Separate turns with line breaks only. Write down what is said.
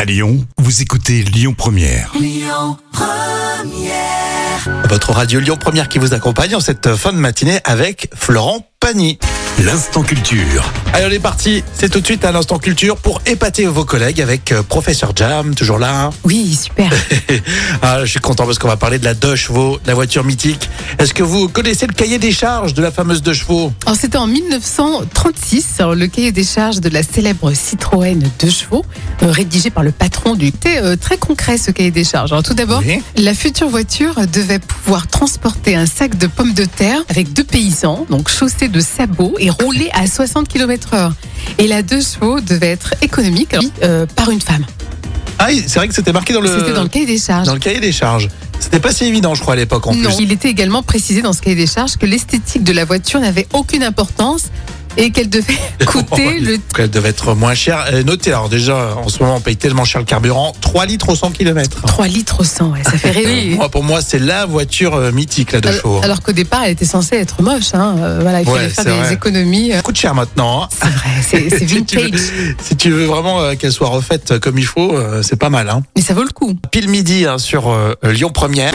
À Lyon, vous écoutez Lyon Première.
Votre radio Lyon Première qui vous accompagne en cette fin de matinée avec Florent Pagny.
L'instant culture.
Allez, on est parti. C'est tout de suite à l'instant culture pour épater vos collègues avec euh, Professeur Jam, toujours là. hein.
Oui, super.
Ah, je suis content parce qu'on va parler de la deux chevaux, la voiture mythique. Est-ce que vous connaissez le cahier des charges de la fameuse deux chevaux
Alors, C'était en 1936, alors, euh, le cahier des charges de la célèbre Citroën deux chevaux, euh, rédigé par le patron du thé. très concret ce cahier des charges. Alors tout d'abord,
Oui.
la future voiture devait pouvoir transporter un sac de pommes de terre avec deux paysans, donc chaussés de sabots et roulés à 60 km/h. Et la deux chevaux devait être économique alors, euh, par une femme.
Ah, c'est vrai que c'était marqué dans le,
C'était dans le cahier des charges.
dans le cahier des charges. C'était pas si évident, je crois, à l'époque en
non,
plus.
il était également précisé dans ce cahier des charges que l'esthétique de la voiture n'avait aucune importance et qu'elle devait coûter le
Elle devait être moins chère. Et Notez, alors déjà, en ce moment, on paye tellement cher le carburant, 3 litres au 100 km.
3 litres au 100, ouais, ça fait rêver.
Moi, pour moi, c'est la voiture euh, mythique, la deux chevaux.
alors, alors qu'au départ, elle était censée être moche. Hein. euh, voilà, il
Ouais,
fallait faire
c'est
des
vrai.
économies. euh,
Ça coûte cher maintenant. hein.
C'est vrai, c'est c'est
Si tu veux-
vintage.
Si tu veux vraiment euh, qu'elle soit refaite comme il faut, euh, c'est pas mal. Hein.
Mais ça vaut le coup.
Pile midi hein, sur euh, Lyon Première.